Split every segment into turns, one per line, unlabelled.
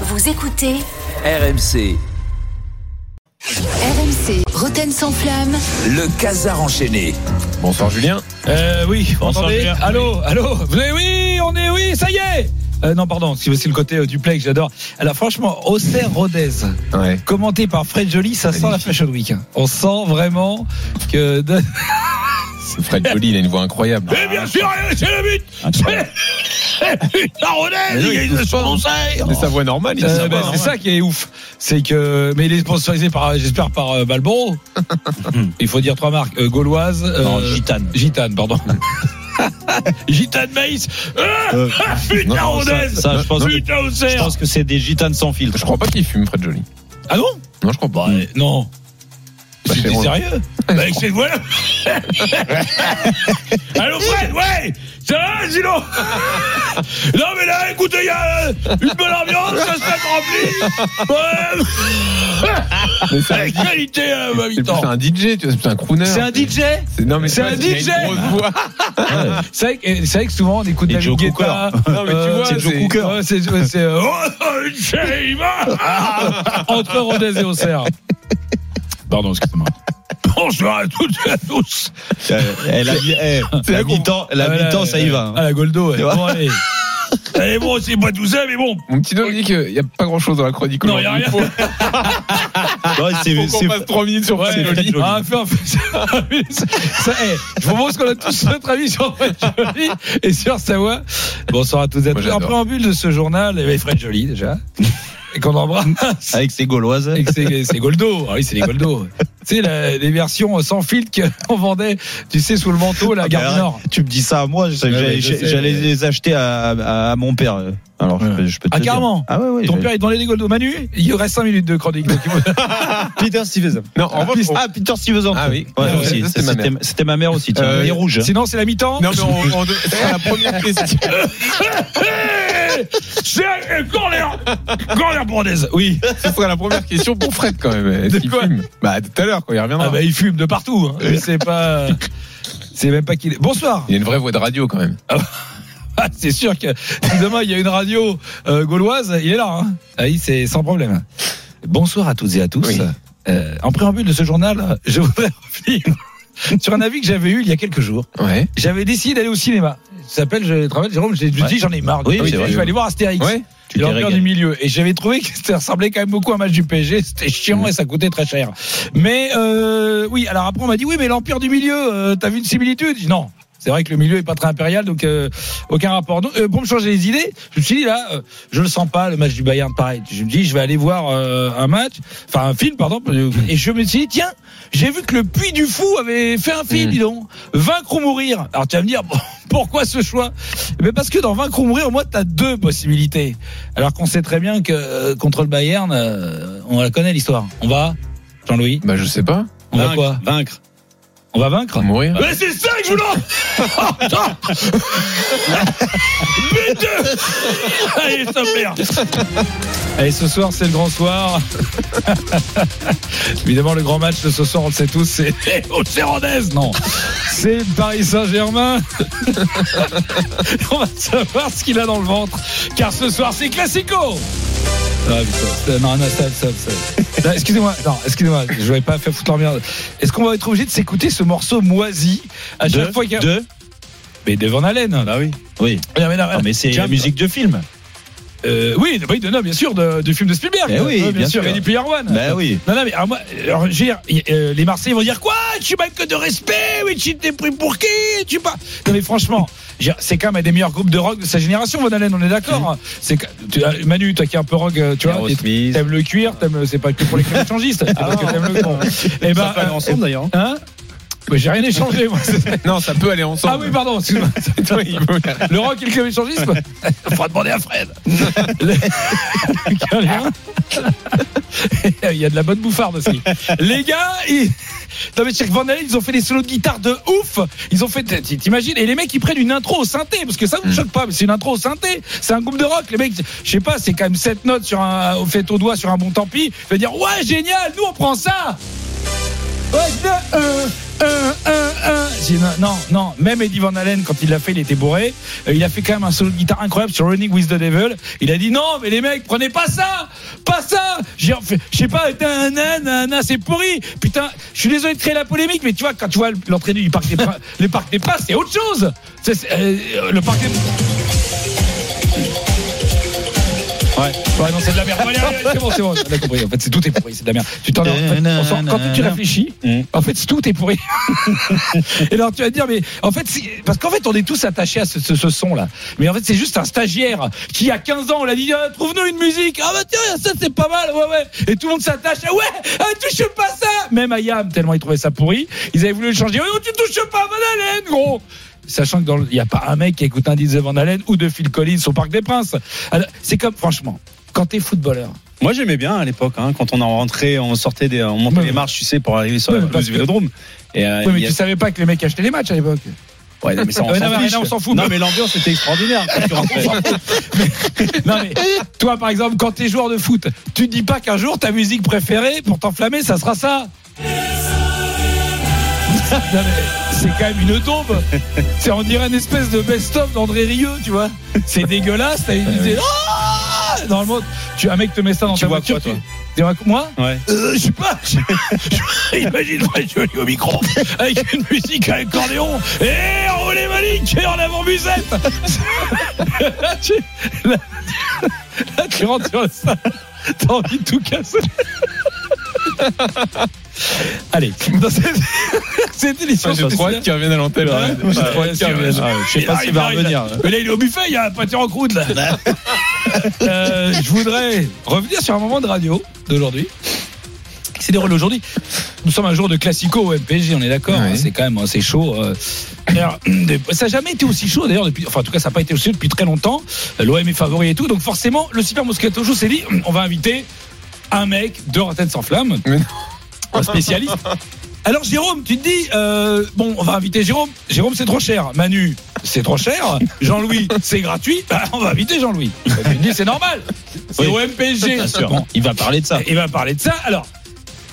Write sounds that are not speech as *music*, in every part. Vous écoutez
RMC,
RMC Roten sans flamme.
le casar enchaîné.
Bonsoir Julien.
Euh, oui, vous
Bonsoir,
entendez
Pierre.
Allô, allô Vous avez- oui, on est, oui, ça y est Euh, Non, pardon, c'est c'est le côté euh, du play que j'adore. Alors, franchement, Auxerre Rodez,
Ouais.
commenté par Fred Joly, ça sent la Fashion Week. hein. On sent vraiment que.
Fred Joly, il a une voix incroyable.
Mais Eh bien sûr, c'est le but La Rodez,
il gagne le soir
Auxerre
C'est sa voix normale, il a
Euh,
sa voix
ben, c'est
normale.
ça qui est ouf, c'est que mais il est sponsorisé par, j'espère par euh,
*laughs*
Malboro. il faut dire trois marques euh, gauloise,
Non, gitane.
gitane, pardon. *laughs* gitane maïs. Ah,
Euh,
ah, putain
non, ça-
Rodez,
ça, je pense que-
putain
Je
Auxerre.
pense que c'est des gitanes sans filtre.
Je crois pas qu'il fume Fred Joly.
Ah non
Non, je crois pas.
Euh, Non.
Bah,
C'était
c'est bon.
sérieux Avec cette
*laughs*
voix-là Allô Fred, ouais Ça va, sinon *laughs* Non mais là, écoute, il y a euh, une bonne ambiance, ça se passe rempli
*laughs*
Ouais
Mais c'est un-
Avec *laughs* qualité, euh, ma
c'est plus
mi-temps.
un DJ, tu vois, c'est plus un crooner.
C'est un DJ
C'est- non, mais
C'est
tu vois,
un
il a une
DJ.
grosse voix.
C'est vrai, que- eh, c'est vrai que souvent on écoute
Et
David
Joe
Guetta. Euh,
Cooker.
Non, mais tu vois,
c'est
c'est-
Ouais, c'est- ouais, c'est, euh, Oh, oh, une chérie, il va *laughs* Entre Rodez et Auxerre. Pardon, excusez-moi. Bonsoir à toutes et à tous.
Euh, Elle a eh, la
là qu'on-
mi-temps, la
Ah,
mi-temps,
là,
ça y va. hein.
Ah, la Goldo, ouais.
Tu vois
Bon, allez. Allez, bon, c'est pas tout ça, mais bon.
Mon petit doigt me dit qu'il n'y a pas grand chose dans la chronique.
Non, il n'y a
aujourd'hui.
rien.
Ouais, c'est-
Faut qu'on
c'est-
passe 3 minutes sur
Ouais,
Fred Joly.
ah, fais un- fais- ça, eh, je vous propose qu'on a tous notre avis sur Fred Joly et sur sa voix. Bonsoir à toutes et à
Moi,
tous. En
j'adore.
préambule de ce journal, eh ben, Fred Joly déjà, et qu'on embrasse.
Avec ses gauloises.
Avec ses, ses Goldo. Ah oui, c'est les Goldo. Tu sais, la- les versions sans filtre qu'on vendait, tu sais, sous le manteau, la
Ah,
gare
bah,
du Nord.
Tu me dis ça à moi, je sais que
Ouais,
j'allais
mais je sais,
j'allais
mais-
les acheter à, à- à mon père. euh. Alors je,
Ouais.
peux, je peux te
Ah,
le dire.
carrément
Ah ouais, ouais.
Ton
j'ai-
père est dans les Goldo. Manu, il reste 5 minutes de chronique. donc il faut-
Peter Stevens.
Non, en revanche, on-
Ah, Peter Stevens.
Ah oui.
Ouais,
Ouais,
aussi.
ça, c'était
C'était
ma
c'était ma, mère aussi. Tiens,
Euh,
elle est rouge. hein.
Sinon, c'est la mi-temps.
non, mais on, on- c'est la première question.
*laughs* C'est un corner Corner Bordeaux. Oui.
Ce serait la première question pour Fred quand même. Est-ce
De
qu'il
quoi
fume Bah, tout à l'heure quand il reviendra.
Ah bah, il fume de partout. hein. Lui, C'est pas. C'est même pas qu'il est. Bonsoir.
Il a une vraie voix de radio quand même.
*laughs* Ah, c'est sûr que si demain il y a une radio euh, gauloise, il est là. Hein. Ah oui, c'est sans problème. Bonsoir à toutes et à tous.
Oui.
Euh, en préambule de ce journal, je voudrais *laughs* revenir sur un avis que j'avais eu il y a quelques jours.
Ouais.
J'avais décidé d'aller au cinéma. Ça s'appelle, je travaille, Jérôme, j'ai
Ouais.
dit j'en ai marre.
Oui,
je
c'est vrai.
vais aller voir Astérix.
Ouais.
Tu t'es
L'Empire
régalé.
du milieu. Et j'avais trouvé que ça ressemblait quand même beaucoup à un match du PSG. C'était chiant et ça coûtait très cher. Mais euh, oui, alors après on m'a dit oui, mais l'Empire du milieu, euh, t'as vu une similitude Je dis, Non. C'est vrai que le milieu est pas très impérial, donc euh, aucun rapport. Donc, euh, pour me changer les idées, je me suis dit là, euh, je le sens pas, le match du Bayern, pareil. Je me dis, je vais aller voir euh, un match, enfin un film, pardon. Et je me suis dit, tiens, j'ai vu que le Puy du Fou avait fait un film,
Mm.
dis donc. Vaincre ou mourir. Alors tu vas me dire, bon, *laughs* pourquoi ce choix Mais parce que dans Vaincre ou mourir, au moins, tu as deux possibilités. Alors qu'on sait très bien que euh, contre le Bayern, euh, on la connaît l'histoire. On va, Jean-Louis,
Bah, je sais pas.
on va
Vaincre,
quoi
Vaincre.
On va vaincre
Mourir.
mais c'est ça que je voulais Attends Mais *laughs* deux Allez, ça merde Allez, ce soir, c'est le grand soir. *laughs* Évidemment, le grand match de ce soir, on le sait tous, c'est *laughs* au Chérandaise, non C'est le Paris
*laughs*
Saint-Germain On va savoir ce qu'il a dans le ventre, car ce soir, c'est Classico ah, putain. Non, non, stop, stop, stop. Non, Excusez-moi, non, excusez-moi, je vais pas faire foutre l'emmerde. Est-ce qu'on va être obligé de s'écouter ce morceau moisi à chaque
Deux,
fois qu'il y a.
deux.
Mais de Van Halen, là.
Bah oui. Oui.
Non, mais, non,
Non, mais c'est la
Jump.
musique de film.
Euh, oui, de- oui, de- non, bien sûr, de- du film de Spielberg.
Eh oui,
Euh,
bien sûr.
Ready Player One.
Bah oui.
Non, non, mais alors, moi, alors, je veux dire, y- euh, les Marseillais vont dire quoi Tu manques de respect, mais tu t'es pris pour qui Tu pas. Non, mais franchement, je veux dire, c'est quand même un des meilleurs groupes de rock de sa génération, Van Halen, on est d'accord. hein. C'est que- tu- ah, Manu, toi qui es un peu rock, euh, tu vois, t'es-
Aerosmith.
t'aimes le cuir, t'aimes- c'est pas que pour les clubs échangistes. c'est parce que t'aimes le cuir. Eh ben, euh,
ensemble d'ailleurs.
hein Mais J'ai rien échangé, moi.
Non, ça peut aller
Ah
ensemble.
oui, pardon, excuse-moi. *laughs* Le rock et le club échangiste quoi. Faudra demander à Fred. *laughs* Le- Il y a de la bonne bouffarde aussi. Les gars, ils... Non mais Chuck Van Halen, ils ont fait des solos de guitare de ouf. Ils ont fait, t'imagines, et les mecs ils prennent une intro au synthé parce que ça vous choque pas, mais c'est une intro au synthé. C'est un groupe de rock, les mecs. Je sais pas, c'est quand même sept notes sur un, au fait au doigt sur un bon tant pis. Je veux dire ouais génial, nous on prend ça. Ouais, euh, euh, euh, euh. J'ai dit, Non, non, non. Même Eddie Van Halen, quand il l'a fait, il était bourré. Euh, Il a fait quand même un solo de guitare incroyable sur Running with the Devil. Il a dit non, mais les mecs, prenez pas ça, pas ça. J'ai fait- Je sais pas, nanana, nanana, c'est pourri. Putain, je suis désolé de créer la polémique, mais tu vois, quand tu vois l'entrée du parc des, Prin- le parc des Princes, c'est autre chose. C'est- c'est, euh, le parc des Ouais, ouais, non, c'est de la merde. Allez, allez, allez, c'est bon, c'est bon, on a compris. En fait, c'est tout est pourri, c'est de la merde. Tu t'en en fait, on s'en- quand tu réfléchis, en fait, c'est tout est pourri. Et alors, tu vas te dire, mais en fait, c'est- parce qu'en fait, on est tous attachés à ce, ce- ce son-là. Mais en fait, c'est juste un stagiaire qui, à 15 ans, on l'a dit, Ah, trouve-nous une musique. Ah, bah tiens, ça, c'est pas mal. Ouais, ouais. Et tout le monde s'attache. Ah, ouais, ah, touche pas ça. Même à Yam, tellement ils trouvaient ça pourri. Ils avaient voulu le changer. Oh, tu touches pas à Van Halen, gros. Sachant que dans le- il n'y a pas un mec qui écoute un disque de Van Halen ou de Phil Collins au Parc des Princes. Alors, C'est comme, franchement, quand t'es footballeur,
Moi j'aimais bien à l'époque, hein, quand on en rentrait, on sortait des, on montait
Ouais.
les marches, tu sais, pour arriver sur
Ouais,
la
mais parce
pelouse du
que-
Vélodrome. Et euh,
Oui, mais
il y a-
tu savais pas que les mecs achetaient les matchs à l'époque.
ouais, mais ça,
*laughs*
on
Ouais, Euh, non,
s'en
mais
fiche.
non, on s'en fout.
Non, mais l'ambiance était extraordinaire. quand tu rentrais.
*laughs* Non mais toi par exemple quand t'es joueur de foot, tu dis pas qu'un jour ta musique préférée pour t'enflammer ça sera ça. Non, mais C'est quand même une tombe. C'est on dirait une espèce de best-of d'André Rieu, tu vois. C'est dégueulasse. T'as une idée. Ah Dans le monde, tu un mec te met ça dans
Tu
ta
vois
voiture.
quoi, toi
tu- tu vois quoi, moi
Ouais.
euh, je sais pas. *laughs* je- Imagine moi joli au micro avec une musique à l'accordéon. Et enroulez Malik et en avant *laughs* musette. là, tu, là- là, tu rentres sur le salle. T'as envie de tout casser. *laughs* Allez, dans cette, *laughs* cette émission
J'ai trop hâte
spéciale-
qu'ils reviennent à l'antenne.
Ouais,
J'ai
ouais,
trop hâte qu'ils
sûr, bien
reviennent.
sûr.
Ah, je sais pas s'il
Il
va
arrive, il arrive,
revenir.
là. Mais là, il est au buffet, il y a un pâté en croûte, là. *laughs* Euh, je voudrais revenir sur un moment de radio d'aujourd'hui. qui s'est déroulé aujourd'hui. Nous sommes un jour de classico au MPG, on est d'accord.
Ouais.
hein, c'est quand même assez chaud. euh. *clears throat* D'ailleurs, de- ça n'a jamais été aussi chaud d'ailleurs depuis. Enfin, en tout cas, ça n'a pas été aussi chaud depuis très longtemps. L'OM est favori et tout. Donc forcément, le Super Moscato Show s'est dit, on va inviter un mec de Rotten sans flamme,
Mais non.
un spécialiste. Alors Jérôme, tu te dis, euh, bon, on va inviter Jérôme. Jérôme, c'est trop cher. Manu, c'est trop cher. Jean-Louis, c'est gratuit. Bah, on va inviter Jean-Louis. Bah, Tu te dis, c'est normal. C'est
Oui.
au MPG.
Bien sûr.
Bon,
Il va parler de ça.
il va parler de ça. Alors,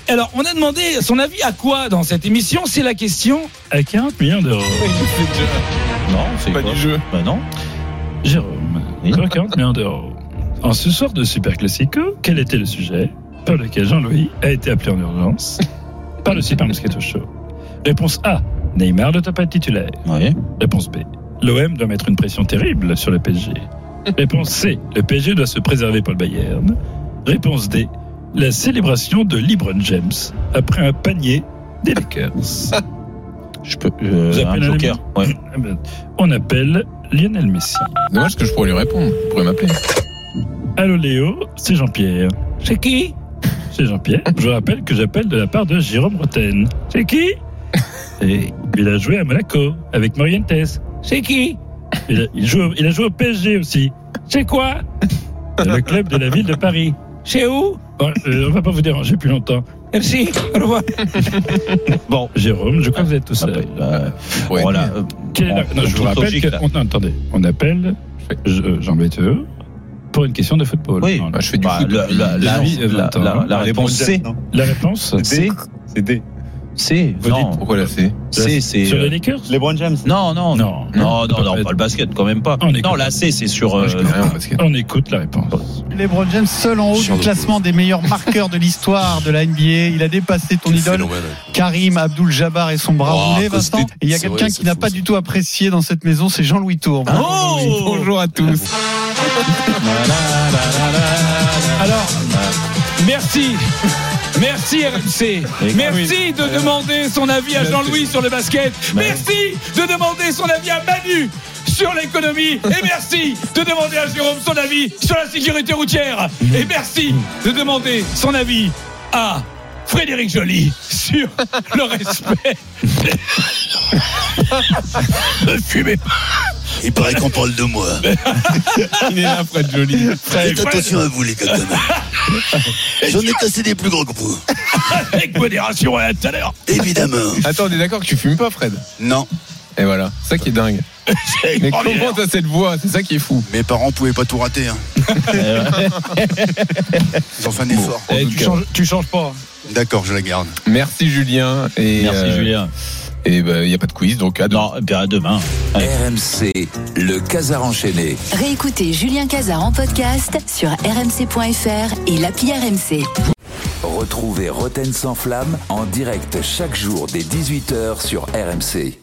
alors, on a demandé son avis à quoi dans cette émission C'est la question à 40 millions d'euros.
Non, c'est
Pas
quoi
du jeu.
Bah non.
Jérôme,
Oui.
quoi, 40 millions d'euros. En ce soir de Super Classico, quel était le sujet par lequel Jean-Louis a été appelé en urgence par le Super Moscato Show Réponse A. Neymar ne doit pas être titulaire.
Ouais.
Réponse B. L'OM doit mettre une pression terrible sur le PSG. Réponse C. Le PSG doit se préserver pour le Bayern. Réponse D. La célébration de LeBron James après un panier des Lakers.
Je peux. euh,
Vous appelez
un
la
joker. Ouais.
On appelle Lionel Messi.
Dommage que je pourrais lui répondre. Il pourrait m'appeler.
Allô Léo, c'est Jean-Pierre.
C'est qui
C'est Jean-Pierre. Je rappelle que j'appelle de la part de Jérôme Roten. C'est qui Et Il a joué à Monaco avec Morientes.
C'est qui
Il a, il joue- il a joué au PSG aussi. C'est quoi C'est Le club de la ville de Paris.
C'est où
Bon, euh, on va pas vous déranger plus longtemps.
Merci. Au revoir.
Bon.
Jérôme, je crois que vous êtes tout seul.
Bah,
Ouais.
voilà. euh,
Quelle est la-
en- en
non, je vous
toute
rappelle
logique, là.
que- on- non, attendez, on appelle Je- Jean-Louis Théo pour une question de football.
Oui.
Non,
Bah, je fais du
Bah,
foot.
la, la, la,
Jean-
la- la- la- la réponse C.
La réponse
D. C'est D. C.
Vous
Non.
Pourquoi la C
C, c'est.
sur
euh,
les Lakers
LeBron James.
Non, non, non.
Non.
Non, non, non,
peut pas
pas
être.
le basket, quand même pas.
On est
Non,
con-
la C, c'est sur. euh,
Je connais rien au
*laughs*
basket.
On écoute la réponse.
LeBron James seul en haut du classement des meilleurs marqueurs de l'histoire de la NBA. Il a dépassé ton idole Karim Abdul-Jabbar et son bras
Oh,
roulé,
à cause
Vincent.
des-
Et il y a
c'est vrai,
quelqu'un
c'est
qui n'a
fou,
pas
ça. Oh
du tout apprécié dans cette maison, c'est Jean-Louis Tour.
Bonjour à tous.
Alors, merci. Merci RMC.
Et-
Merci de demander son avis à Jean-Louis sur le basket. Merci de demander son avis à Manu sur l'économie. Et merci de demander à Jérôme son avis sur la sécurité routière. Et merci de demander son avis à Frédéric Joly sur le respect. Ne fumez pas.
Il paraît qu'on parle de moi.
Il est là, Fred Jolie.
Faites attention à vous, les gars. quand même. J'en ai cassé des plus gros que vous.
Avec modération et à tout à l'heure.
Évidemment.
Attends, on est d'accord que tu fumes pas, Fred
Non,
Et voilà. C'est ça qui est dingue.
Oh,
Mais comment t'as cette voix C'est ça qui est fou.
mes parents pouvaient pas tout rater. hein. Ils ont fait un effort.
Eh, tu, changes, tu changes pas.
D'accord, je la garde.
Merci Julien. Et,
Merci
euh,
Julien.
Et bah, il n'y a pas de quiz, donc à demain.
Non, ben, à demain.
RMC, le Casar enchaîné.
Réécoutez Julien Cazard en podcast sur rmc.fr et l'appli RMC.
Retrouvez Roten sans flamme en direct chaque jour dès 18h sur RMC.